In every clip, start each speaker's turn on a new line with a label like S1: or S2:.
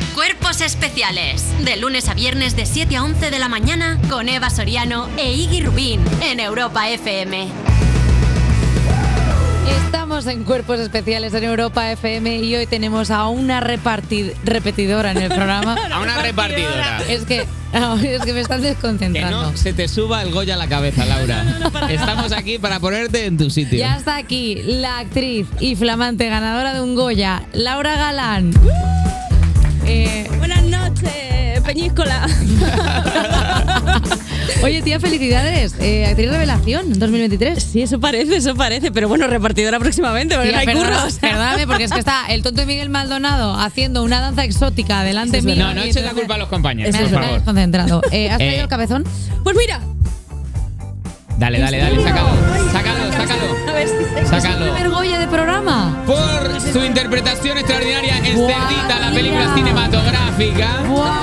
S1: Enviados especiales. De lunes a viernes de 7 a 11 de la mañana con Eva Soriano e Iggy Rubín en Europa FM.
S2: Estamos en Cuerpos Especiales en Europa FM y hoy tenemos a una repartid- repetidora en el programa.
S3: A una repartidora.
S2: Es que, no, es que me estás
S3: Que
S2: desconcentrando.
S3: no se te suba el Goya a la cabeza, Laura. Estamos aquí para ponerte en tu sitio.
S2: Ya está aquí la actriz y flamante ganadora de un Goya, Laura Galán. Eh,
S4: Buenas noches, Peñíscola.
S2: oye, tía, felicidades. Eh, actriz Revelación 2023.
S4: Sí, eso parece, eso parece, pero bueno, repartidora próximamente, porque
S2: Tía,
S4: no hay
S2: perdona-
S4: curros.
S2: Perdóname, porque es que está el tonto de Miguel Maldonado haciendo una danza exótica delante mío.
S3: No, no
S2: y
S3: eches la
S2: entonces-
S3: culpa a los compañeros,
S2: Me
S3: por
S2: has me has
S3: favor.
S2: desconcentrado. Eh, ¿Has
S3: Eh,
S2: traído el cabezón?
S4: Pues mira.
S3: Dale, dale, dale, sácalo. Sácalo,
S4: A
S3: sácalo.
S4: ver si este, se-
S3: Sácalo.
S2: ¿Primer Goya de programa?
S3: Por su interpretación extraordinaria en
S2: Guau,
S3: Cerdita, la
S2: tía.
S3: película cinematográfica.
S2: ¡Guau!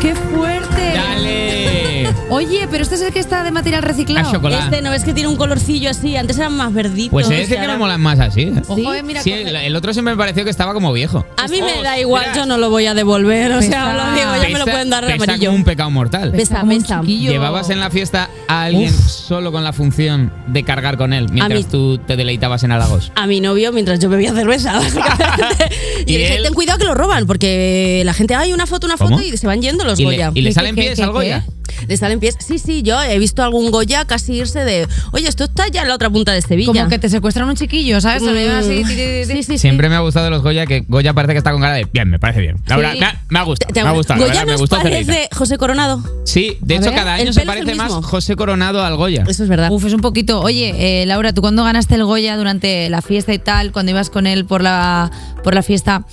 S2: ¡Qué fuerte!
S3: Dale.
S2: Oye, pero este es el que está de material
S3: A
S2: reciclado.
S3: Ah, chocolate.
S4: Este no ves que tiene un colorcillo así, antes eran más verditos.
S3: Pues es
S4: y
S3: que
S4: ahora-
S3: no molan más así. ¿eh?
S2: Ojo, eh, mira,
S3: Sí,
S2: coge-
S3: el, el otro siempre me pareció que estaba como viejo.
S4: A mí me da
S3: Ostras.
S4: igual, yo no lo voy a devolver, o sea,
S2: Pesa.
S4: lo digo, Ah, ya me lo
S3: Pesa-
S4: pueden dar
S3: pesa
S4: amarillo.
S3: como un pecado mortal.
S4: Pesa,
S2: como un
S4: pesa.
S2: chiquillo.
S3: ¿Llevabas en la fiesta a alguien
S2: Uf.
S3: solo con la función de cargar con él
S4: mí-
S3: mientras tú te deleitabas en halagos?
S4: A mi novio mientras yo bebía cerveza, básicamente.
S3: ¿Y
S4: y le dije,
S3: él?
S4: ten cuidado que lo roban, porque la gente, hay una foto, una foto
S3: ¿Cómo?
S4: y se van yendo los
S3: ¿Y le,
S4: Goya.
S3: y le
S2: ¿Qué,
S3: salen
S2: qué,
S3: pies
S2: qué,
S3: al
S2: qué?
S3: Goya?
S4: Le salen pies. Sí, sí, yo he visto algún Goya casi irse de, oye, esto está ya en la otra punta de Sevilla.
S2: Como que te secuestran un chiquillo, ¿sabes? Se lo llevan así,
S4: Mm.
S2: ti, ti, ti, ti.
S3: Siempre me ha gustado de los Goya que Goya parece que está con cara de bien, me parece bien. La verdad,
S2: Sí.
S3: me, ha, me ha gustado,
S4: Te- te-
S3: me ha gustado, la
S4: Goya
S3: verdad, me
S4: nos
S3: gustó Cerdita.
S4: parece José Coronado.
S3: Sí, de
S2: A
S3: hecho
S2: ver,
S3: cada
S4: el
S3: año se
S4: pelo es el
S3: parece más
S4: mismo.
S3: José Coronado al Goya.
S4: Eso es verdad.
S2: Uf, es un poquito. Oye, eh, Laura, tú cuando ganaste el Goya durante la fiesta y tal, cuando ibas con él por la, por la fiesta,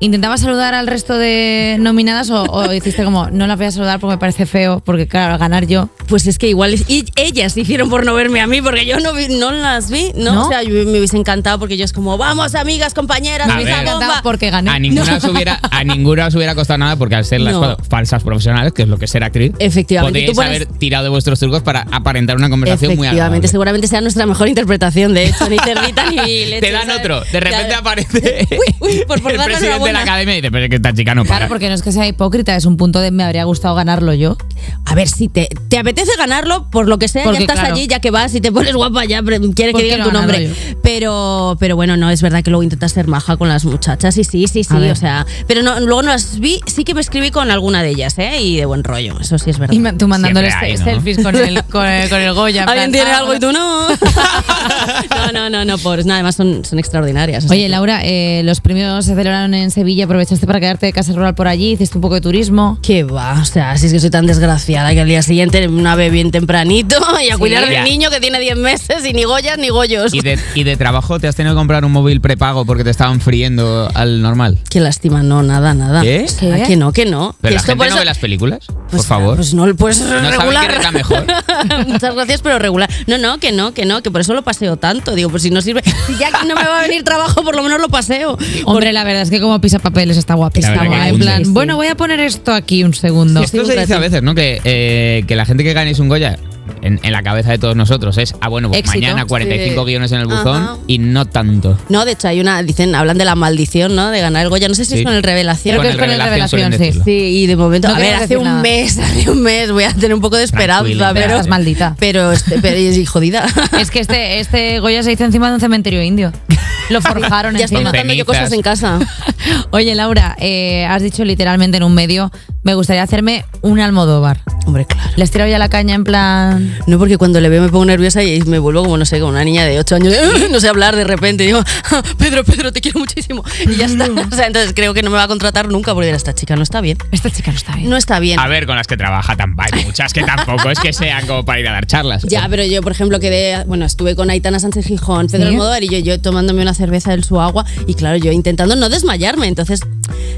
S2: ¿intentabas saludar al resto de nominadas o, o hiciste como, no las voy a saludar porque me parece feo, porque claro, al ganar yo.
S4: Pues es que igual es- y ellas hicieron por no verme a mí, porque yo no, vi- no las vi, ¿no?
S2: ¿No?
S4: O sea, yo- me hubiese encantado porque yo es como, vamos, amigas, compañeras,
S3: A
S4: me
S3: ver.
S4: bomba.
S2: Encantado porque gané.
S3: A ninguna, os hubiera, a ninguna os hubiera costado nada porque al ser las
S4: No.
S3: cuatro falsas profesionales, que es lo que es ser actriz,
S4: Efectivamente,
S3: podríais
S4: tú pones-
S3: haber tirado de vuestros trucos para aparentar una conversación muy
S4: Efectivamente,
S3: agradable.
S4: seguramente sea nuestra mejor interpretación, de hecho, ni cerdita ni leche.
S3: Te dan
S4: ¿sabes?
S3: otro, de repente
S4: Ya-
S3: aparece
S4: Uy, uy, por- por
S3: el
S4: darnos la
S3: presidente de
S4: buena.
S3: la academia y dice, pero es que esta chica no para.
S2: Claro, porque no es que sea hipócrita, es un punto de me habría gustado ganarlo yo.
S4: A ver, si te, te apetece ganarlo, por lo que sea,
S2: Porque,
S4: ya estás
S2: claro.
S4: allí, ya que vas y te pones guapa, ya pre- quieres
S2: ¿Por
S4: que
S2: qué
S4: digan
S2: no
S4: tu
S2: ganarlo
S4: nombre. Pero, pero bueno, no, es verdad que luego intentas ser maja con las muchachas y sí, sí, sí,
S2: A ver.
S4: o sea. Pero no, luego no las vi, sí que me escribí con alguna de ellas, ¿eh? Y de buen rollo, eso sí es verdad.
S2: Y ma- tú mandándole
S3: Siempre hay,
S2: se-
S3: ¿no?
S2: selfies con el, con, el, con el Goya. en
S4: Alguien
S2: plan,
S4: tiene
S2: "Ah,
S4: algo y tú no. no, no, no, no, pobres. No, además son, son extraordinarias. o sea.
S2: Oye, Laura, eh, los premios se celebraron en Sevilla, aprovechaste para quedarte de casa rural por allí, hiciste un poco de turismo.
S4: Que va, o sea, si es que soy tan desgraciada que al día siguiente me una bien tempranito y a cuidar del
S3: Ya.
S4: niño que tiene 10 meses y ni goyas ni goyos.
S3: ¿Y de, y de trabajo te has tenido que comprar un móvil prepago porque te estaban friendo al normal.
S4: Qué lástima, no, nada, nada.
S3: ¿Qué?
S4: ¿A que no, que no.
S3: Pero
S4: Que
S3: la
S4: esto
S3: gente
S4: por
S3: no
S4: eso-
S3: ve las películas, por
S4: Pues,
S3: favor.
S4: Pues no, pues
S3: saben qué
S4: regular.
S3: es la mejor.
S4: Muchas gracias, pero regular. No, no, que no, que no, que por eso lo paseo tanto. Digo, pues si no sirve, si ya que no me va a venir trabajo, por lo menos lo paseo.
S2: Hombre, la verdad es que como pisa papeles está guapísimo. ¿eh?
S3: La verdad que
S2: en
S3: cunde.
S2: plan,
S4: Sí, sí.
S2: bueno, voy a poner esto aquí un segundo.
S3: Esto se dice a veces, ¿no? Que, eh, que la gente que ganéis un Goya en, en la cabeza de todos nosotros es, ah, bueno, pues
S2: Éxito.
S3: mañana 45
S4: Sí.
S3: guiones en el buzón
S4: Ajá.
S3: y no tanto.
S4: No, de hecho hay una, dicen, hablan de la maldición, ¿no? De ganar el Goya. No sé si
S3: Sí.
S4: es con el
S2: Creo
S4: revelación.
S3: Con
S2: que
S3: el
S2: es con el
S3: Revelación
S2: revelación,
S3: suelen
S2: sí.
S3: decirlo.
S4: Sí, y de momento,
S2: No
S4: a ver,
S2: queremos
S4: hace
S2: decir
S4: un
S2: nada.
S4: mes, hace un mes, voy a tener un poco de esperanza,
S3: Tranquila,
S2: Pero
S4: pero,
S2: estás maldita.
S4: pero, este, pero y jodida.
S2: Es que este, este Goya se hizo encima de un cementerio indio. Lo forjaron
S4: ya estoy
S2: encima.
S3: Con
S4: notando yo cosas
S3: cenizas.
S4: en casa.
S2: Oye, Laura, eh, has dicho literalmente en un medio, me gustaría hacerme un almodóvar.
S4: Hombre, claro.
S2: Le has tirado ya la caña en plan...
S4: No, porque cuando le veo me pongo nerviosa y me vuelvo como, no sé, como una niña de 8 años, de, no sé hablar de repente. Y digo, "Ah, Pedro, Pedro, te quiero muchísimo. Y ya está. O sea, entonces creo que no me va a contratar nunca porque dirá, esta chica no está bien.
S2: Esta chica no está bien.
S4: No está bien.
S3: A ver, con las que trabaja tan hay muchas que tampoco es que sean como para ir a dar charlas. Eh,
S4: Ya, pero yo, por ejemplo, quedé, bueno, estuve con Aitana Sánchez Gijón, Pedro
S2: Sí.
S4: Almodóvar y yo, yo tomándome una cerveza en su agua y claro, yo intentando no desmayarme, entonces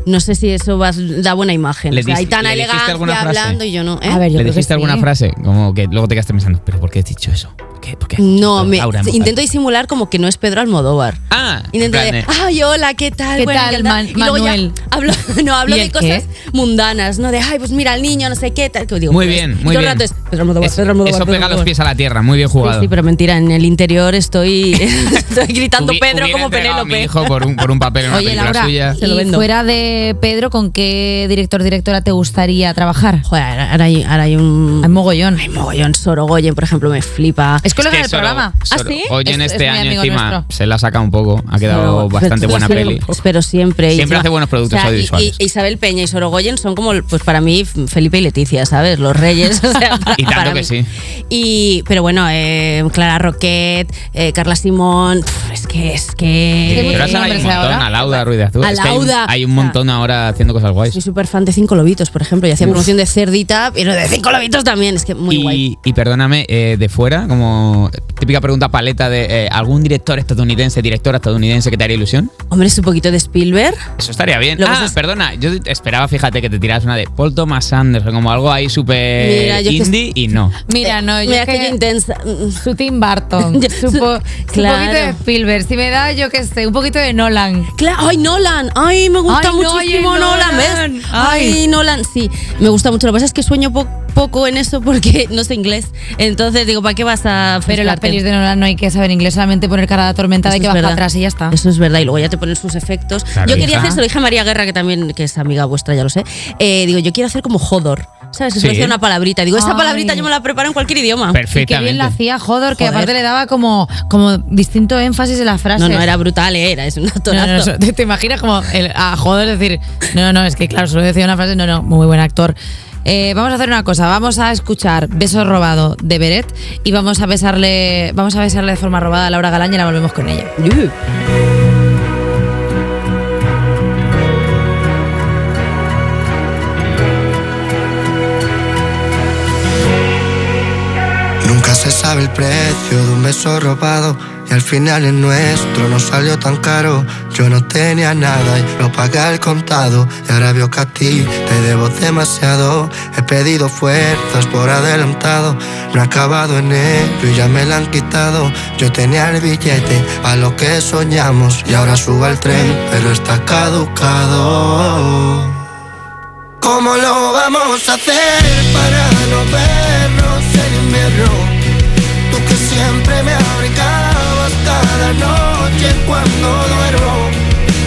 S4: no sé si eso va, da buena imagen.
S3: ¿Le
S4: O sea,
S3: diste-
S4: Aitana
S3: le dijiste
S4: elegancia
S3: alguna frase?
S4: hablando y yo no. ¿eh?
S2: A ver, yo creo
S3: ¿Le
S2: que
S3: dijiste alguna
S2: sí.
S3: frase? Como que luego te quedaste pensando, ¿pero por qué has dicho eso? ¿Por qué? ¿Por qué?
S4: No, me,
S3: Aura,
S4: intento disimular como que no es Pedro Almodóvar.
S3: Ah,
S4: Intento
S3: en plan
S4: de,
S3: de-
S4: ay, hola, ¿qué tal?
S2: ¿Qué
S4: Bueno,
S2: tal,
S4: encantada".
S2: Man-
S4: Y luego ya
S2: Manuel?
S4: hablo, no, hablo
S2: ¿Y
S4: de
S2: el
S4: cosas mundanas, ¿no? De, ay, pues mira, el niño, no sé qué, tal. Que digo,
S3: Muy
S4: pues,
S3: bien,
S4: y
S3: muy
S4: todo el
S3: bien.
S4: rato es, Pedro Almodóvar,
S3: Es-
S4: Pedro Almodóvar,
S3: eso
S4: Pedro
S3: pega los
S4: Almodóvar".
S3: pies a la tierra, muy bien jugado.
S4: Sí, sí, pero mentira, en el interior estoy, estoy gritando
S3: Hubi-
S4: Pedro
S3: hubiera
S4: como
S3: entregado a
S4: Penélope.
S3: Mi hijo por un, por un papel en una
S2: Oye,
S3: película
S2: Laura,
S3: suya.
S4: Se lo
S2: y
S4: vendo.
S2: fuera de Pedro, ¿con qué director directora te gustaría trabajar?
S4: Joder, ahora ahora hay, ahora hay un.
S2: Hay mogollón.
S4: Hay mogollón. Sorogoyen, por ejemplo, me flipa.
S2: Es colega
S3: que
S2: del
S3: Soro-
S2: programa.
S3: Soro-
S2: ¿Ah, sí?
S3: Hoy en
S2: Es-
S3: este
S2: es muy
S3: año
S2: amigo
S3: encima
S2: nuestro.
S3: se la saca un poco. Ha quedado
S4: Pero-
S3: bastante
S4: pero-
S3: buena
S4: pero-
S3: peli.
S4: Pero siempre. y
S3: Siempre hace buenos productos
S4: y-
S3: audiovisuales.
S4: y- Isabel Peña y Sorogoyen son como, pues para mí, Felipe y Leticia, ¿sabes? Los reyes. o sea, para-
S3: Y tanto
S4: para
S3: que
S4: mí.
S3: sí.
S4: Y, pero bueno, eh, Clara Roquet, eh, Carla Simón, pf, es que, es
S2: Hay
S4: que...
S2: muchos
S3: Pero ahora hay un
S2: nombres
S3: montón,
S4: ¿eh?
S2: ahora.
S3: a Lauda, Ruiz de Azul.
S4: A
S3: Es que hay un-
S4: Lauda.
S3: Hay un montón
S4: Ah.
S3: ahora haciendo cosas guays.
S4: Soy súper fan de Cinco Lobitos, por ejemplo. Y hacía promoción de Cerdita, pero de Cinco Lobitos también. Es que muy
S3: y,
S4: guay.
S3: y perdóname, eh, de fuera, como típica pregunta paleta de eh, algún director estadounidense, directora estadounidense que te haría ilusión.
S4: Hombre, es un poquito de Spielberg.
S3: Eso estaría bien.
S4: Lo que
S3: ah,
S4: pasa es-
S3: perdona, yo esperaba, fíjate, que te tiras una de Paul Thomas Anderson, como algo ahí
S4: Mira,
S3: súper
S4: yo que-
S3: indie y no.
S2: Mira, no, yo
S4: Mira,
S2: es
S4: que yo intensa.
S2: Su Tim Burton,
S4: Yo-
S2: su, po- su
S4: Claro.
S2: poquito de Spielberg, si me da, yo qué sé, un poquito de Nolan.
S4: Claro, ay, Nolan, ay, me gusta
S2: Ay, no,
S4: muchísimo
S2: ay,
S4: Nolan,
S2: Nolan.
S4: ¿ves? Ay.
S2: Ay.
S4: Nolan, sí, me gusta mucho. Lo que pasa es que sueño po- poco en eso porque no sé inglés. Entonces digo, ¿para qué vas a.?
S2: Pero en las
S4: frustrarte?
S2: pelis de Nolan no hay que saber inglés, solamente poner cara de atormentada
S4: Eso
S2: y que
S4: es
S2: baja
S4: verdad.
S2: atrás y ya está.
S4: Eso es verdad, y luego ya te ponen sus efectos.
S3: Claro,
S4: yo quería
S3: hija.
S4: hacer, se lo dije a María Guerra, que también que es amiga vuestra, ya lo sé. Eh, digo, yo quiero hacer como Jodor, ¿sabes? Que se
S3: Sí.
S4: me hacía una palabrita. Digo, esa
S2: Ay.
S4: palabrita yo me la preparo en cualquier idioma.
S2: Y qué
S3: Perfectamente.
S2: bien la hacía, joder, que
S4: Joder.
S2: aparte le daba como, como distinto énfasis en la frase.
S4: No, no, era brutal, eh, era, es un
S2: No,
S4: atonazo.
S2: no, eso- ¿te, te imaginas como el, a joder decir, no, no, es que claro, solo decía una frase, no, no, muy buen actor. Eh, vamos a hacer una cosa, vamos a escuchar Beso robado de Beret y vamos a besarle, vamos a besarle de forma robada a Laura Galán y la volvemos con ella.
S4: Yuh.
S5: Nunca se sabe el precio de un beso robado y al final el nuestro no salió tan caro. Yo no tenía nada y lo pagué al contado y ahora veo que a ti te debo demasiado. He pedido fuerzas por adelantado, no he acabado en ello y ya me la han quitado. Yo tenía el billete a lo que soñamos y ahora subo al tren pero está caducado. ¿Cómo lo vamos a hacer para no vernos en invierno? Tú que siempre me abrigabas cada noche cuando duermo.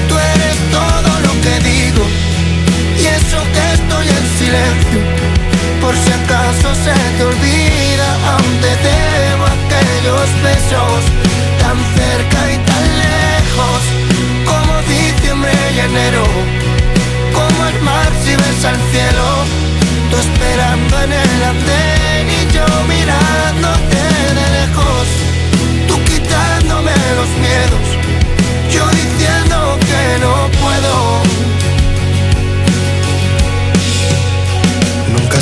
S5: Tú eres todo lo que digo y eso que estoy en silencio. Por si acaso se te olvida, aún te debo aquellos besos tan cerca y tan lejos como diciembre y enero como el mar si ves al cielo. Tú esperando en el andén y yo mirándote de lejos. Tú quitándome los miedos, yo diciendo que no puedo. Nunca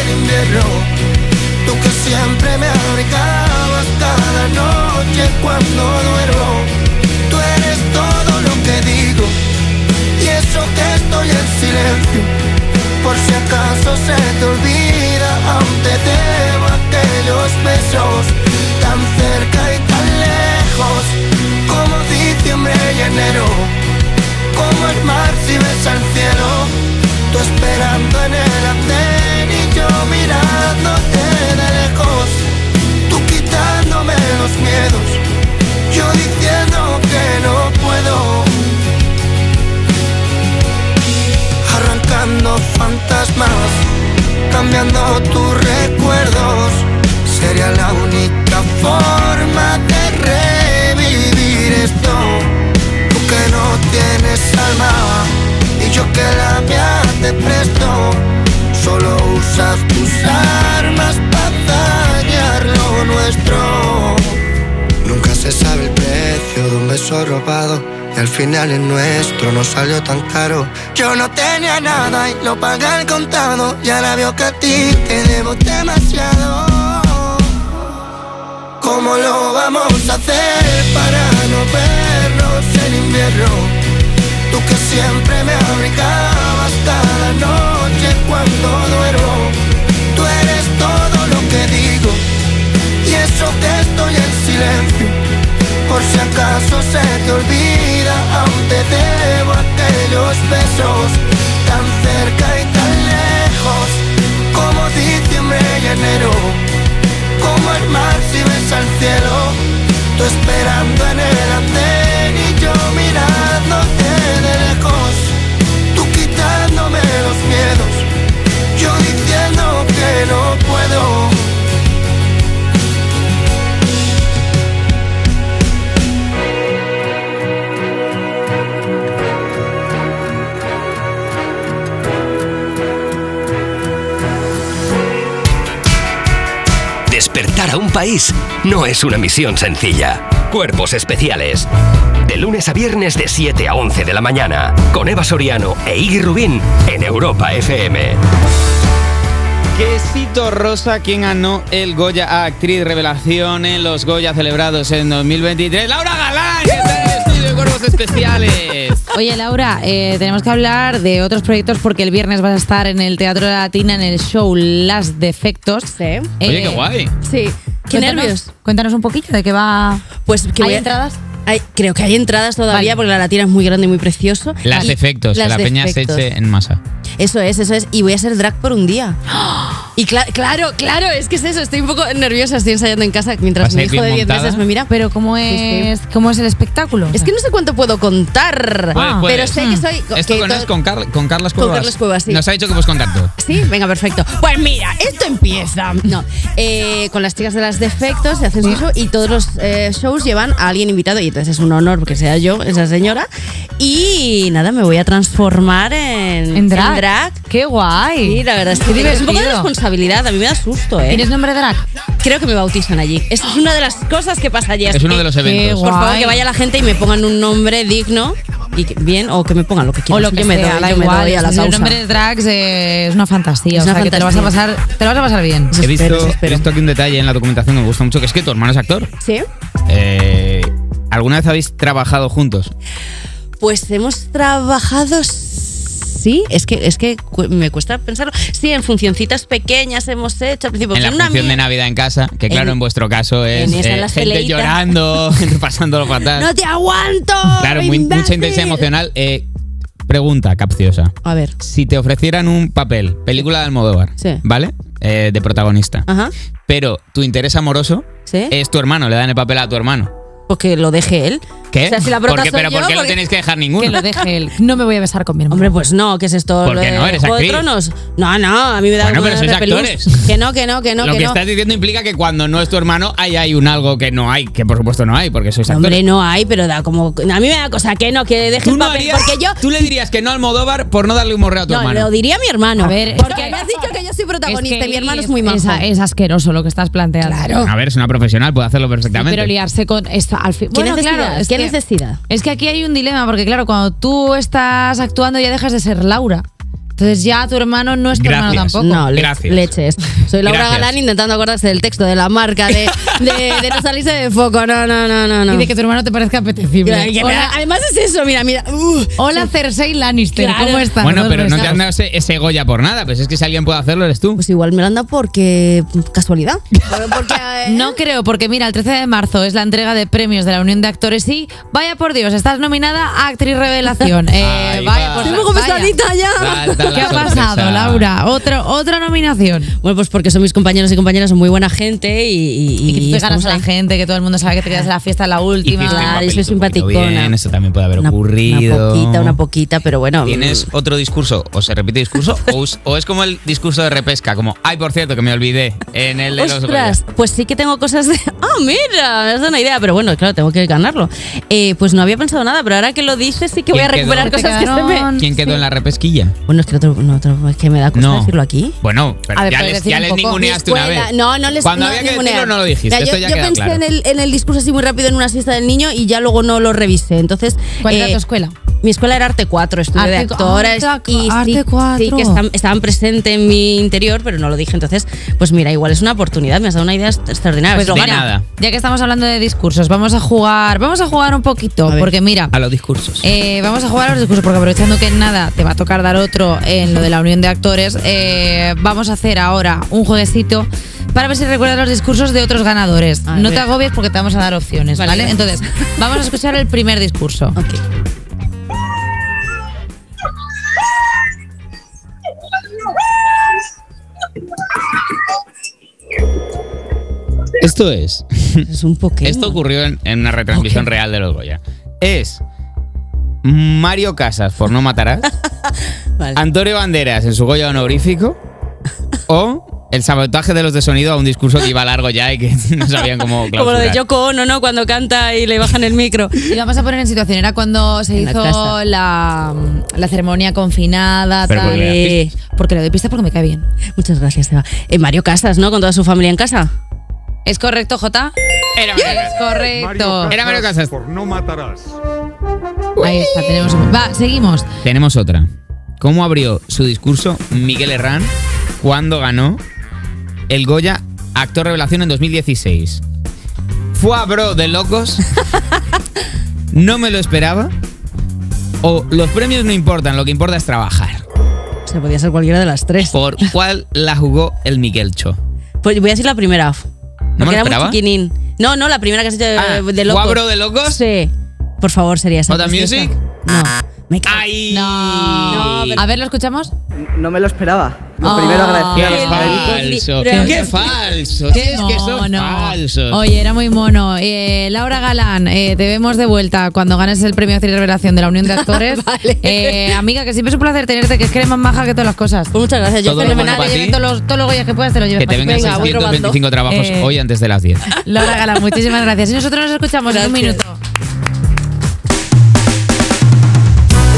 S5: en invierno? Tú que siempre me abrigabas cada noche cuando duermo. Tú eres todo lo que digo y eso que estoy en silencio. Por si acaso se te olvida, aún te debo aquellos besos tan cerca y tan lejos como diciembre y enero como el mar si ves al cielo. Tú esperando en el andén y yo mirándote de lejos. Tú quitándome los miedos, yo diciendo que no puedo. Arrancando fantasmas, cambiando tus recuerdos. Sería la única forma de revivir esto. Tú que no tienes alma y yo que la mía te presto. Solo usas tus armas para dañar lo nuestro. Nunca se sabe beso robado y al final el nuestro no salió tan caro. Yo no tenía nada y lo pagué al contado y ahora veo que a ti te debo demasiado. ¿Cómo lo vamos a hacer para no vernos en invierno? Tú que siempre me abrigabas cada noche cuando duermo. Tú eres todo lo que digo y eso que estoy en silencio. Por si acaso se te olvida, aún te debo aquellos besos tan cerca y tan lejos como diciembre y enero como el mar si ves al cielo, tú esperando en el andén y yo mirándote de lejos, tú quitándome los miedos, yo diciendo que no puedo.
S6: Despertar a un país no es una misión sencilla. Cuerpos especiales. De lunes a viernes de 7 a 11 de la mañana. Con Eva Soriano e Iggy Rubín en Europa FM.
S3: Quesito Rosa, quien ganó el Goya a actriz revelación en los Goya celebrados en 2023. Laura Galán, que está en el estudio de Cuerpos Especiales.
S2: Oye, Laura, eh, tenemos que hablar de otros proyectos porque el viernes vas a estar en el Teatro Latina en el show Las Defectos.
S7: Sí.
S3: Oye,
S2: Eh,
S3: qué guay.
S7: Sí.
S4: Qué
S2: cuéntanos-
S4: nervios.
S2: Cuéntanos un poquillo de qué va.
S4: Pues que
S2: ¿Hay
S4: voy a-
S2: entradas?
S4: Hay- creo que hay entradas todavía
S2: Vale.
S4: porque la latina es muy grande y muy precioso.
S3: Las
S4: Y-
S3: defectos,
S4: las
S3: que la peña se
S4: defectos.
S3: eche en masa.
S4: Eso es, eso es. Y voy a ser drag por un día. Y cla- claro, claro, es que es eso. Estoy un poco nerviosa, estoy ensayando en casa
S3: ¿Vas
S4: mientras
S3: a
S4: mi
S3: ir
S4: hijo
S3: bien
S4: de 10
S3: montada?
S4: meses me mira.
S2: Pero ¿cómo es, ¿cómo es el espectáculo?
S4: Es que no sé cuánto puedo contar.
S3: Puedes,
S2: Ah,
S3: puedes.
S4: Pero sé que soy.
S3: Mm. Esto
S4: que
S3: con,
S4: todo-
S3: es con, Carl- con Carlos
S4: Con
S3: Cuevas.
S4: Carlos Cuevas, sí.
S3: Nos ha dicho que puedes contar todo.
S4: Sí, venga, perfecto. Pues mira, esto empieza. No, eh, con las chicas de las defectos se hacen su show y todos los eh, shows llevan a alguien invitado y entonces es un honor que sea yo, esa señora. Y nada, me voy a transformar Mm. en,
S2: ¿En drag? ¡Qué guay!
S4: Sí, la verdad es
S2: Qué
S4: que es un poco de
S2: divertido.
S4: responsabilidad, a mí me da susto, ¿eh?
S2: ¿Tienes nombre drag?
S4: Creo que me bautizan allí. Esa es una de las cosas que pasa allí.
S3: Es
S4: así
S3: uno
S4: que,
S3: de los
S2: Qué
S3: eventos.
S4: Por favor,
S2: Guay.
S4: que vaya la gente y me pongan un nombre digno y que- bien, o que me pongan lo que quieran.
S2: o lo que
S4: yo me
S2: sea,
S4: doy,
S2: da
S4: yo me
S2: igual.
S4: doy a la
S2: si el
S4: causa.
S2: nombre de drags eh, es una fantasía.
S4: Es
S2: o
S4: una
S2: sea, que te lo, vas a
S4: fantasía.
S2: pasar, te lo vas a pasar bien.
S3: He visto,
S4: Espero,
S3: he
S4: espero.
S3: visto aquí un detalle en la documentación que me gusta mucho, que es que tu hermano es actor.
S4: ¿Sí?
S3: Eh, ¿Alguna vez habéis trabajado juntos?
S4: Pues hemos trabajado. Sí, es que, es que cu- me cuesta pensarlo. Sí, en funcioncitas pequeñas hemos hecho. Al principio,
S3: en la
S4: con Pues una
S3: función de
S4: amiga-
S3: Navidad en casa, que claro, en,
S4: En-
S3: vuestro caso es
S4: en esa,
S3: eh,
S4: las
S3: gente
S4: peleitas.
S3: llorando, gente pasándolo fatal.
S4: ¡No te aguanto!
S3: claro, muy- mucha
S4: imbécil!
S3: intensidad emocional. Eh, pregunta capciosa.
S4: A ver.
S3: Si te ofrecieran un papel, película de Almodóvar,
S4: Sí.
S3: ¿vale? Eh, de protagonista.
S4: Ajá.
S3: Pero tu interés amoroso
S4: ¿Sí?
S3: es tu hermano, le dan el papel a tu hermano.
S4: Porque pues lo deje él.
S3: ¿Qué?
S4: O sea, si la
S3: ¿Por
S4: prota
S3: qué,
S4: soy
S3: pero
S4: yo,
S3: ¿por qué lo
S4: porque-
S3: tenéis que dejar
S2: Que
S3: ninguno?
S2: lo deje él. No me voy a besar con mi hermano.
S4: Hombre, pues no, ¿qué es esto?
S3: ¿Por
S4: ¿Lo
S3: qué
S4: de
S3: no? ¿Eres
S4: Juego de
S3: actriz?
S4: Tronos? No, no, a mí me da
S3: Bueno,
S4: algo
S3: pero sois
S4: de repelús.
S3: actores.
S4: Que no, que no, que no,
S3: lo que,
S4: no.
S3: estás diciendo implica que cuando no es tu hermano, ahí hay un algo que no hay, que por supuesto no hay, porque sois
S4: No,
S3: actores.
S4: Hombre, no hay, pero da como. A mí me da cosa que no, que deje
S3: ¿Tú,
S4: el
S3: no
S4: papel.
S3: harías-
S4: porque yo.
S3: tú le dirías que no al Modóvar por no darle un morreo a tu
S4: No,
S3: hermano.
S4: lo diría a mi hermano.
S2: A ver,
S4: porque
S2: es que-
S4: me has dicho que yo soy protagonista
S2: Es que
S4: y mi hermano es muy
S2: es-
S4: majo.
S2: Es, asqueroso lo que estás planteando.
S4: Claro.
S3: A ver, es una profesional, puede hacerlo perfectamente.
S2: Pero liarse con esto al fin.
S4: ¿Qué
S2: bueno,
S4: necesidad?
S2: claro, es
S4: ¿Qué
S2: que-
S4: necesidad?
S2: Es que aquí hay un dilema, porque claro, cuando tú estás actuando ya dejas de ser Laura. Entonces ya tu hermano no es tu hermano
S3: Gracias.
S2: tampoco.
S4: No, le-
S3: Gracias.
S4: leches. Soy Laura
S3: Gracias.
S4: Galán intentando acordarse del texto, de la marca, de, de, de no salirse de foco. No, no, no, no. no.
S2: Y de que tu hermano te parezca apetecible.
S4: Que me da-
S2: Hola,
S4: Además es eso, mira, mira. uh,
S2: hola, Cersei Lannister,
S4: Claro.
S2: ¿cómo estás?
S3: bueno, pero no
S2: Nosotros
S3: te han dado ese, ese Goya por nada, pues es que si alguien puede hacerlo, eres tú.
S4: Pues igual me lo anda porque. casualidad. Porque, eh,
S2: No creo, porque mira, el 13 de marzo es la entrega de premios de la Unión de Actores y vaya por Dios, estás nominada a Actriz Revelación. Eh,
S3: Ahí
S2: vaya
S3: va.
S2: por
S3: Estoy
S2: la-
S3: muy
S2: vaya.
S3: Salta la
S2: ¿Qué ha
S3: sorpresa.
S2: pasado, Laura? Otro, otra nominación.
S4: Bueno, pues porque son mis compañeros y compañeras, son muy buena gente y. Y,
S2: Y que tú te ganas
S4: estamos
S2: a la
S4: ahí.
S2: gente, que todo el mundo sabe que te quedas en la fiesta en la última.
S3: Hiciste un
S4: Claro,
S3: papelito
S4: yo soy
S3: un poquito
S4: simpaticona.
S3: bien, eso también puede haber
S4: Una,
S3: ocurrido.
S4: una poquita, una poquita, pero bueno.
S3: ¿Tienes otro discurso? ¿O se repite discurso? o, us- o es como el discurso de repesca? Como, ay, por cierto, que me olvidé en el de los
S4: Ostras,
S3: Goya".
S4: pues sí que tengo cosas de. ¡Ah, mira! Me has dado una idea, pero bueno, claro, tengo que ganarlo. Eh, pues no había pensado nada, pero ahora que lo dices, sí que voy a
S3: ¿Quién quedó?
S4: recuperar
S2: Te
S4: cosas que se me.
S2: quedaron-
S3: ¿Quién quedó en la repesquilla?
S4: Bueno, es que te lo- no te lo- es que me da cosa
S3: No.
S4: decirlo aquí.
S3: Bueno, pero
S2: A ver,
S3: ya
S2: puedes
S3: les,
S2: decir
S3: ya
S2: un
S3: les
S2: poco.
S3: ninguneaste una
S4: Escuela.
S3: vez.
S4: No, no les
S3: Cuando
S4: no,
S3: había que
S4: ningunea.
S3: decirlo, no lo dijiste.
S4: Mira,
S3: Esto
S4: yo
S3: ya
S4: yo
S3: queda
S4: pensé
S3: claro.
S4: en, el, en el discurso así muy rápido en una fiesta del niño y ya luego no lo revisé. Entonces,
S2: ¿Cuál era
S4: eh,
S2: tu escuela?
S4: Mi escuela era Arte 4, estudio de
S2: Arte cu-
S4: actoras.
S2: Arte
S4: y sí-
S2: Arte
S4: Sí,
S2: 4.
S4: que están- estaban presentes en mi interior, pero no lo dije. Entonces, pues mira, igual es una oportunidad, me has dado una idea est- extraordinaria.
S2: Pues
S4: Pero
S3: de
S2: mira,
S3: nada.
S2: ya que estamos hablando de discursos, vamos a jugar, vamos a jugar un poquito,
S4: A ver.
S2: porque mira,
S3: A los discursos.
S2: eh, vamos a jugar a los discursos, porque aprovechando que nada te va a tocar dar otro en lo de la unión de actores, eh, vamos a hacer ahora un jueguecito para ver si recuerdas los discursos de otros ganadores.
S4: A
S2: no
S4: ver.
S2: te agobies porque te vamos a dar opciones,
S4: Vale,
S2: ¿vale?
S4: gracias.
S2: Entonces, vamos a escuchar el primer discurso.
S4: Ok.
S3: Esto es.
S4: Es un poquito.
S3: Esto ocurrió en, en una retransmisión real de los Goya. Es Mario Casas por No Matarás,
S4: Vale.
S3: Antonio Banderas en su Goya honorífico o el sabotaje de los de sonido a un discurso que iba largo ya y que no sabían cómo
S4: Como lo de
S3: clausurar.
S4: Yoko Ono, ¿no? Cuando canta y le bajan el micro.
S2: Y vamos a poner en situación, era cuando se
S4: En la
S2: hizo
S4: casa.
S2: la, la ceremonia confinada,
S3: Pero porque le das
S2: eh, porque le doy pista porque me cae bien.
S4: Muchas gracias, Eva. Eh, Mario Casas, ¿no? Con toda su familia en casa.
S2: ¿Es correcto, Jota?
S3: Era Mario
S2: Es
S3: Casas.
S2: correcto.
S3: Era Mario Casas.
S7: Por no matarás.
S2: Ahí está, tenemos. Va, seguimos.
S3: Tenemos otra. ¿Cómo abrió su discurso Miguel Herrán cuando ganó el Goya Actor Revelación en 2016? ¿Fue a bro de locos? ¿No me lo esperaba? ¿O los premios no importan, lo que importa es trabajar?
S4: O sea, podía ser cualquiera de las tres.
S3: ¿Por cuál la jugó el Miguelcho?
S4: Pues voy a decir la primera.
S3: ¿No me
S4: porque
S3: lo
S4: era muy
S3: esperaba?
S4: chiquinín. No, no, la primera que has hecho de,
S3: Ah,
S4: de locos.
S3: ¿Guabro de locos?
S4: Sí. Por favor, sería esa.
S3: ¿Nota
S4: preciosa.
S3: Music?
S4: No. Me cago.
S3: ¡Ay!
S2: No.
S3: ¡Qué
S2: A ver, ¿lo escuchamos?
S8: No me lo esperaba. Lo
S2: Ah.
S8: primero agradecer a los
S2: Qué
S8: favoritos.
S3: falso!
S4: Pero-
S3: ¡Qué falso! Es que son
S2: mono.
S3: falsos.
S2: Oye, era muy mono. Eh, Laura Galán, eh, te vemos de vuelta cuando ganes el premio Actriz Revelación de la Unión de Actores.
S4: Vale.
S2: Eh, amiga, que siempre es un placer tenerte, que es que eres más maja que todas las cosas.
S4: Pues muchas gracias. Yo
S3: Todo lo
S2: Fenomenal,
S3: bueno
S4: fenomenal.
S3: para
S2: que
S3: ti.
S2: lleven todos los, todos los Goyas que puedas, te lo lleves
S3: Que te
S2: para ti.
S3: vengan
S4: pues Venga, voy robando.
S3: 625 trabajos
S2: Eh,
S3: hoy antes de las 10.
S2: Laura Galán, muchísimas gracias. Y nosotros nos escuchamos en un
S4: Gracias.
S2: minuto.